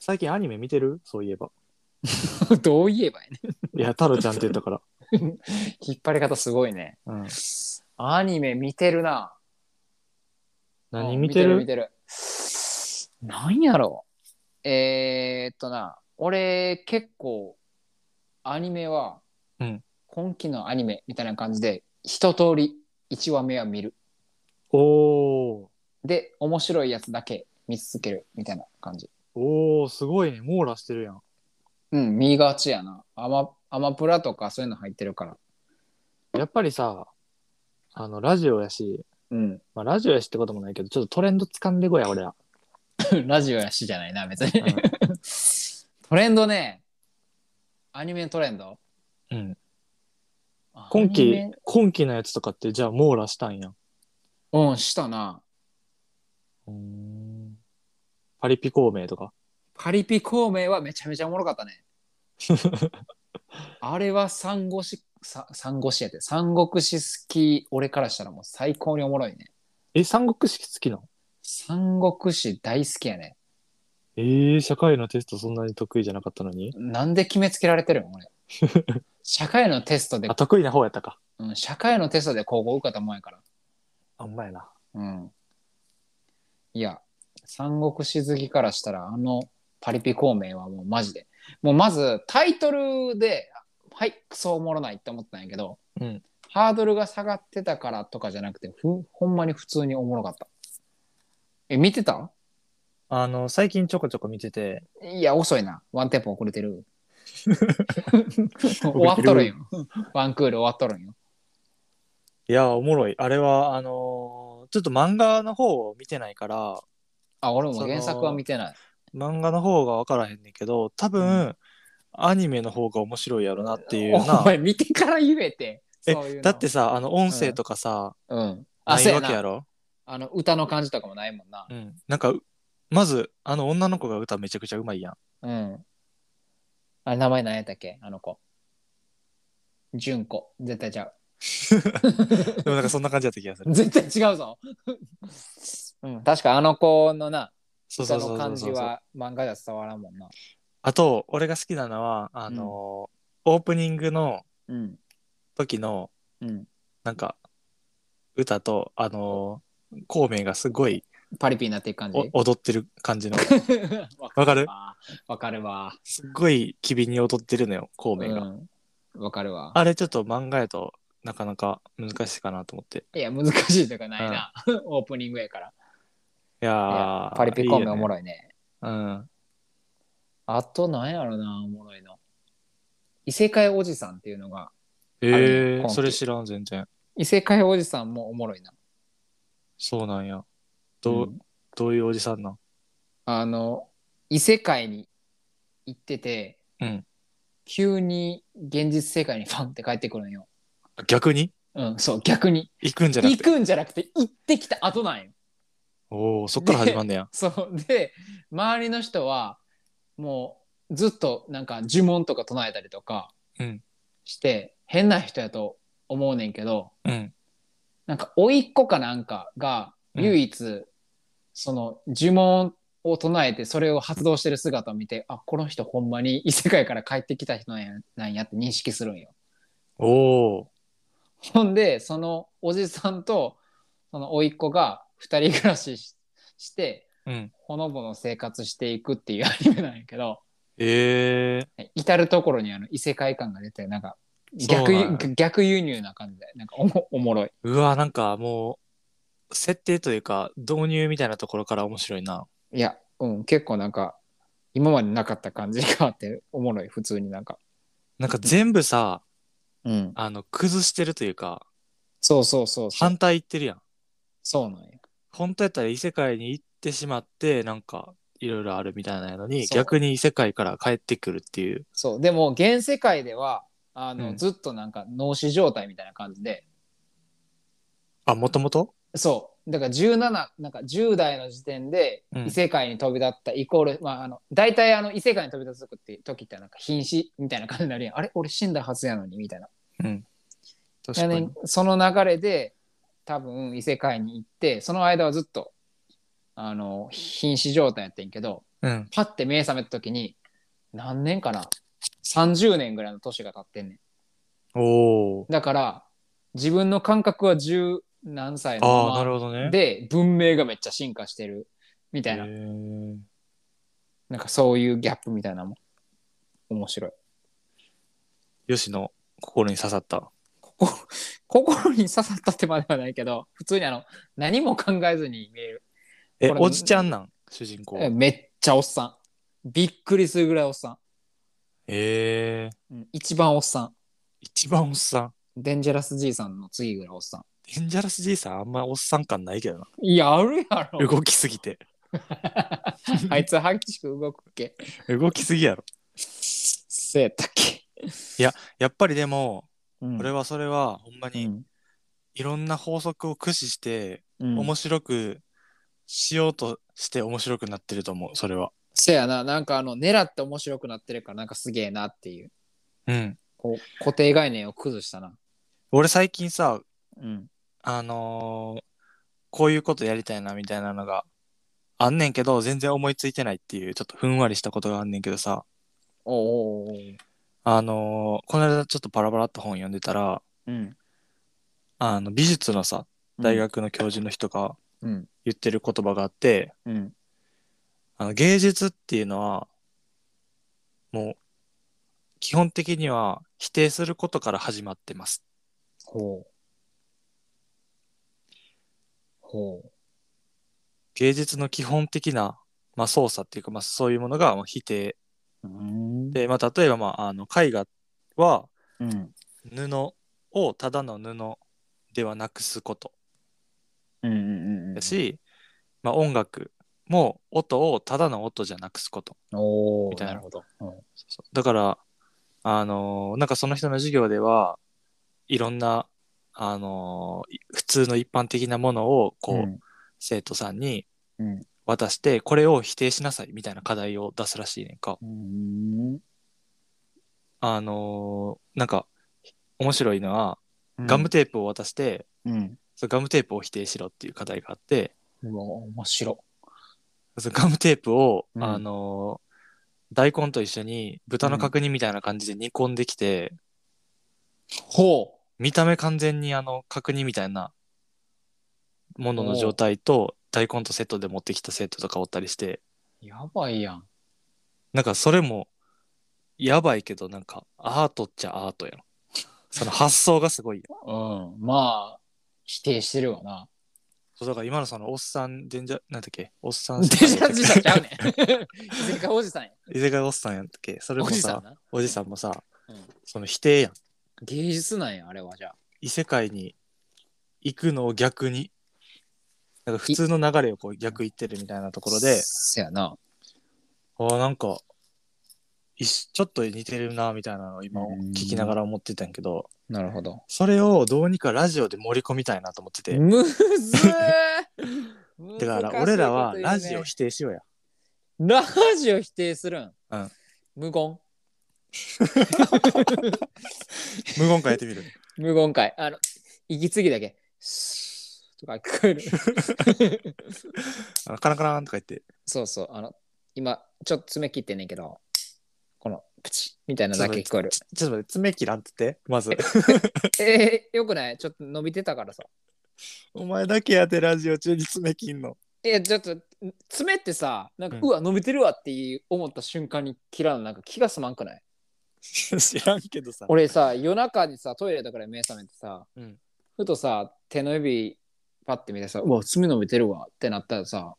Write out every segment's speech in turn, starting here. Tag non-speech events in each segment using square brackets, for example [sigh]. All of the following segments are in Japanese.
最近アニメ見てるそういえ [laughs] ば。 [laughs] どう言えばいいね。いや、太郎ちゃんって言ったから。引っ張り方すごいね。うん、アニメ見てるな。何うん見てる見てる見てる。なんやろう。えー、っとな、俺結構アニメは、うん今期のアニメみたいな感じで一通り1話目は見る。おー、で、面白いやつだけ見続けるみたいな感じ。おー、すごいね。網羅してるやん。うん、見がちやな。アマアマプラとかそういうの入ってるから。やっぱりさ、あの、ラジオやし、うん。まあ、ラジオやしってこともないけど、ちょっとトレンド掴んでこいや、俺ら。ラジオやしじゃないな、別に。トレンドね。アニメのトレンドうん、今アニ期メ、今期のやつとかって、じゃあ網羅したんや。うん、したな。うんパリピ孔明とか。パリピ孔明はめちゃめちゃおもろかっ [laughs] たね。あれは三国志、さ三国志やって、三国志好き、俺からしたらもう最高におもろいね。え、三国志好きなの三国志大好きやね。えー、社会のテストそんなに得意じゃなかったのに。なんで決めつけられてるの [laughs] 俺。社会のテストであ、、得意な方やったか。うん、社会のテストで高校受かったもんやから。あ、ほんまやな。うん。いや、三国志好きからしたら、あのパリピ孔明はもうマジで。もうまずタイトルで、はい、クソおもろないって思ったんやけど、うんハードルが下がってたからとかじゃなくて、ふほんまに普通におもろかった。え、見てたあの、最近ちょこちょこ見てて、いや、遅いな。ワンテンポ遅れて [laughs] る。終わっとるんよ。ワンクール終わっとるんよ。いや、おもろい。あれは、あのーちょっと漫画の方を見てないから、あ、俺も原作は見てない。漫画の方が分からへんねんけど、多分、うアニメの方が面白いやろなっていうようなお。前見てから言えて。えそういうのだって、さ、あの、音声とかさ、うん。ないわなけやろあの歌の感じとかもないもんな。うん。なんか、まず、あの女の子が歌めちゃくちゃうまいやん。うん。あれ名前何やったっけあの子。純子。絶対ちゃ [laughs] う。でもなんかそんな感じやった気がする。絶対違うぞ。うん、確かあの子のな、そうそ歌うそのうそ感うじそう。は漫画じゃ伝わらんもんな。あと、俺が好きなのは、あのーオープニングのうん。時の、うん。なんか、歌と、あのー、孔明がすごいパリピになっていく感じ。お踊ってる感じの、 [laughs] わわかるわ。わかるわ。すっごい機敏に踊ってるのよ、孔明が。うんわかるわ。あれちょっと漫画やとなかなか難しいかなと思って。いや、難しいとかないな。 [laughs] オープニングやから。いいややーパリピコンがおもいろいね。いよね。うん。あと何やろな、おもろいの。異世界おじさんっていうのが、えー、今期それ知らん、全然。異世界おじさんもおもろいな。そうなんや。どう、うんどういうおじさんなんあの、異世界に行ってて、うん急に現実世界にファンって帰ってくるんよ。逆にうん、そう、逆に。行くんじゃなく行て。くんじゃなくて、行ってきた後なんよ。 [laughs] おおそっから始まんねや。そう。で、周りの人は、もう、ずっとなんか呪文とか唱えたりとかうん。して、変な人やと思うねんけど、うん。なんか、甥いっ子かなんかが、うん唯一、その、呪文を唱えて、それを発動してる姿を見て、あ、この人ほんまに異 [laughs] 世界から帰ってきた人なんやなんやって認識するんよ。 [laughs] おおほんで、そのおじさんと、その甥いっ子が二人暮らししして、うん。ほのぼの生活していくっていうア [laughs] ニメなんやけど、ええ至る所にあの異世界感が出て、なんかそう逆なんやゆ、逆輸入な感じで、なんかおもおもろい。ー、うわ、なんかもう、設定というか、導入みたいなところから面白いな。いや、うん、結構なんか、今までなかった感じがあって、おもろい、普通になんか。なんか全部さ、うん。あの、崩してるというか、そうそうそうそう。反対言ってるやん。そうなんや。本当やったら異世界に行ってしまって、なんか、いろいろあるみたいなのに、そう逆に異世界から帰ってくるっていう。そう。でも、現世界では、あの、うんずっとなんか脳死状態みたいな感じで、あ、もともとそう。だから17、なんか10代の時点でうん異世界に飛び立ったイコール、まあ、あの、大体あの異世界に飛び立つ時って、時ってなんか瀕死みたいな感じになるやん。あれ俺死んだはずやのにみたいな。うん確やかねにん。その流れで多分異世界に行ってその間はずっとあの瀕死状態やってんけどうん。パッて目覚めた時に何年かな30年ぐらいの年が経ってんねおお。んだから自分の感覚は十何歳のああ、ままなるほどね。で文明がめっちゃ進化してるみたいな、へーなんかそういうギャップみたいなのも面白い吉の心に刺さった。こ [laughs] 心に刺さったってまではないけど普通にあの何も考えずに見えるえ、これおじちゃんなん主人公。えへめっちゃおっさんびっくりするぐらいおっさえ。ん、うん、一番おっさ一番おっさん。んデンジャラスじいさんの次ぐらいおっさんデンジャラスじいさんあんまおっさん感ないけどな。いやあるやろ動きすぎて。あいつ激しく動くっけ動きすぎやろ。せやったっけやっぱりでも、うん俺はそれはほんまうにんいろんな法則を駆使してうん面白くしようとして面白くなってると思う、それは。せやななんかあの狙って面白くなってるからなんかすげえなっていううん。こう固定概念を崩したな俺最近さ、うんあのーこういうことやりたいなみたいなのがあんねんけど、全然思いついてないっていう、ちょっとふんわりしたことがあんねんけどさ、おうおうおうあのーこの間ちょっとパラパラっと本読んでたら、うんあの、美術のさ、大学の教授の人がうん言ってる言葉があって、うんあの芸術っていうのは、もう、基本的には否定することから始まってます。ほうほう芸術の基本的な、まあ、操作っていうか、まあ、そういうものがまあ否定うーんで、まあ、例えば、まあ、あの絵画はうん布をただの布ではなくすことうんうんうんだし、まあ、音楽も音をただの音じゃなくすことおおみたいなるほど、うんそうそうだから、あのーなんかその人の授業ではいろんな、あのーい普通の一般的なものをこう、うん生徒さんにうん渡してこれを否定しなさいみたいな課題を出すらしいねんか。うーんあのーなんか面白いのは、うんガムテープを渡してうんそのガムテープを否定しろっていう課題があってうわ面白そのガムテープを、うんあの大根と一緒に豚の角煮みたいな感じで煮込んできて、ほ見た目完全にあの角煮みたいなものの状態と大根とセットで持ってきた生徒とかおったりしてうやばいやんなんかそれもやばいけどなんかアートっちゃアートやろその発想がすごいやんうんまあ否定してるわ [laughs] なそうだから今のそのおっさんデンジャなんだっけおっさんデジャージさんちゃう世ね [laughs] ん。世界おじさんや。 [laughs] 界おっさんやんだっけそれおもじささんな。おじさんもさ、うんその否定やん芸術なんや、あれはじゃあ。異世界に行くのを逆になんか普通の流れをこう逆行ってるみたいなところでせやな。ああなんか一緒ちょっと似てるなみたいなのを今うん聞きながら思ってたんやけどなるほど。それをどうにかラジオで盛り込みたいなと思っててむずー [laughs] だから俺らはラジオ難しい否定しようやこと言うねラジオ否定するん。うん無 [laughs] 言。無言化やってみる無言会。あの、息継ぎだけ。スーとか聞こ [laughs] える。あのカランカランとか言ってそうそう。あの、今、ちょっと爪切ってんねんけど、この、プチみたいなだけ聞こえる。ちちょっと待って爪切らんっててまずえー、よくないちょっと伸びてたからさ。お前だけやってラジオ中に爪切んの [laughs] いやちょっとん爪ってさなんか、ううんわ伸びてるわっていう思った瞬間に切らんなんか気が済まんくない知らんけどさ俺さ夜中にさトイレだから目覚めてさ、うんふとさ手の指パッて見てさうわ爪伸びてるわってなったらさ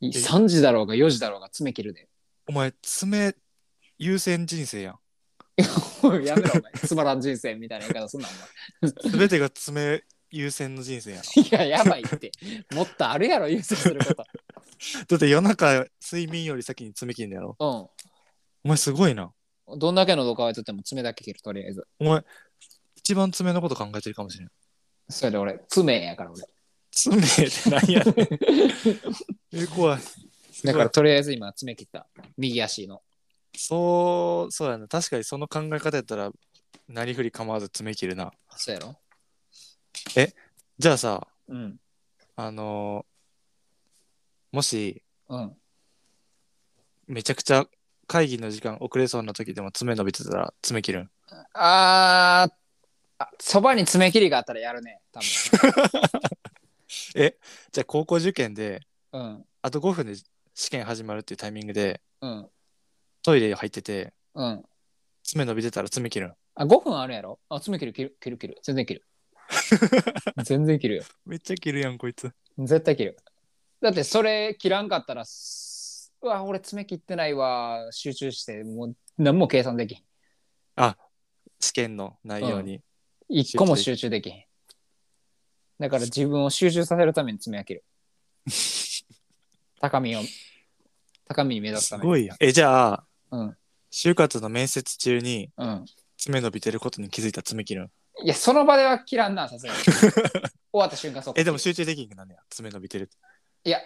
い3時だろうが4時だろうが爪切るでお前爪優先人生やんお [laughs] いやめろお前つまらん人生みたいな言い方すんな全てが爪優先の人生やろお前いややばいってもっとあるやろ優先するこだって夜中睡眠より先に爪切んのやろとお前すごいなうんどんだけのどかわいとっても爪だけ切るとりあえずお前一番爪のこと考えてるかもしれんそれで俺爪やから俺爪って何 [laughs] やねんえ怖いすごだいからとりあえず今爪切った右足のそうそうやな確かにその考え方やったらなりふり構わず爪切るな。そうやろじゃあさ、うん。あのーもし、うん。めちゃくちゃ会議の時間遅れそうな時でも爪伸びてたら爪切るん。あーあ、そばに爪切りがあったらやるね、多分。じゃあ高校受験で、うん。あと5分で試験始まるっていうタイミングで、うん。トイレ入ってて、うん。爪伸びてたら爪切るん。あ、5分あるやろあ、爪切る、切る、切る、切る。全然切る。全然切るよ。めっちゃ切るやん、こいつ。絶対切る。だってそれ切らんかったら、すうわ、俺爪切ってないわ、集中して、もう何も計算できん。試験の内容に。一個も集中できん。だから自分を集中させるために爪は切る。高みを、高みに目指すすために。ごいやん。え、じゃあ、うん。就活の面接中にうん。爪伸びてることに気づいたら爪切るん。いや、その場では切らんな、さす [laughs] がに。終わった瞬間、そうえ、でも集中できんくなんねや。爪伸びてる [laughs] って。いや、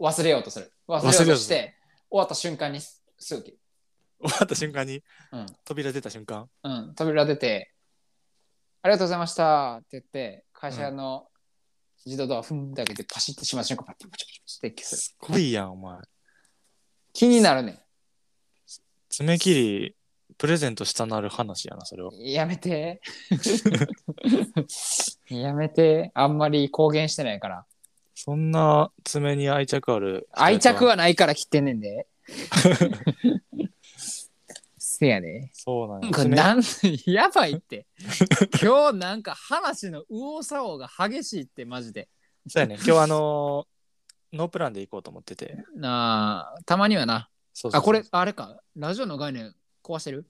忘れようとする。忘れようとして、終わった瞬間にすすぐ切る。終わった瞬間に、うん。扉出た瞬間。うん、扉出て、ありがとうございましたって言って、会社の自動ドアふんだけでパシッてしまう瞬間、パッてパチパチパチって消する。すごいやん、お前。気になるね。爪切り、プレゼントしたなる話やな、それは。やめて。やめて。あんまり公言してないから。そんな爪に愛着ある。愛着はないから切ってんねんで。せやで。そうなんやこれ爪なん、やばいって。今日なんか話の右往左往が激しいって、マジで。そうやね。今日あのーノープランで行こうと思ってて。なあ、たまにはな。そうそうそうあ、これ、あれか。ラジオの概念壊してる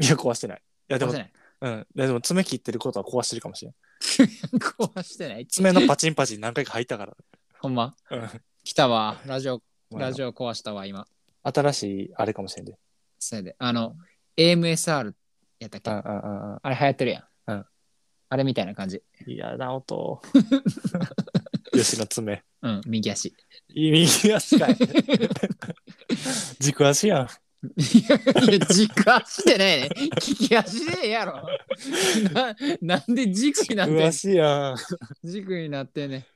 いや、壊してない。いや、で壊しもて、ない。 [laughs] うん。いやでも、爪切ってることは壊してるかもしれん。壊してない。爪のパチンパチン何回か入ったから。ほんま。 [laughs] うん。来たわ。ラジオ、お前のラジオ壊したわ、今。新しい、あれかもしれんで。せいで。あの、AMSR やったっけ、うんうんうんうあれ流行ってるやん。うんあれみたいな感じ。ん。嫌な [laughs] 音。吉野爪。うん、[laughs] 右足。右足 [laughs] かい。軸足やん。いや、軸足でねえね。利き足でええやろ。 [laughs] ななんで軸になってん軸足のやん。軸になってんねん。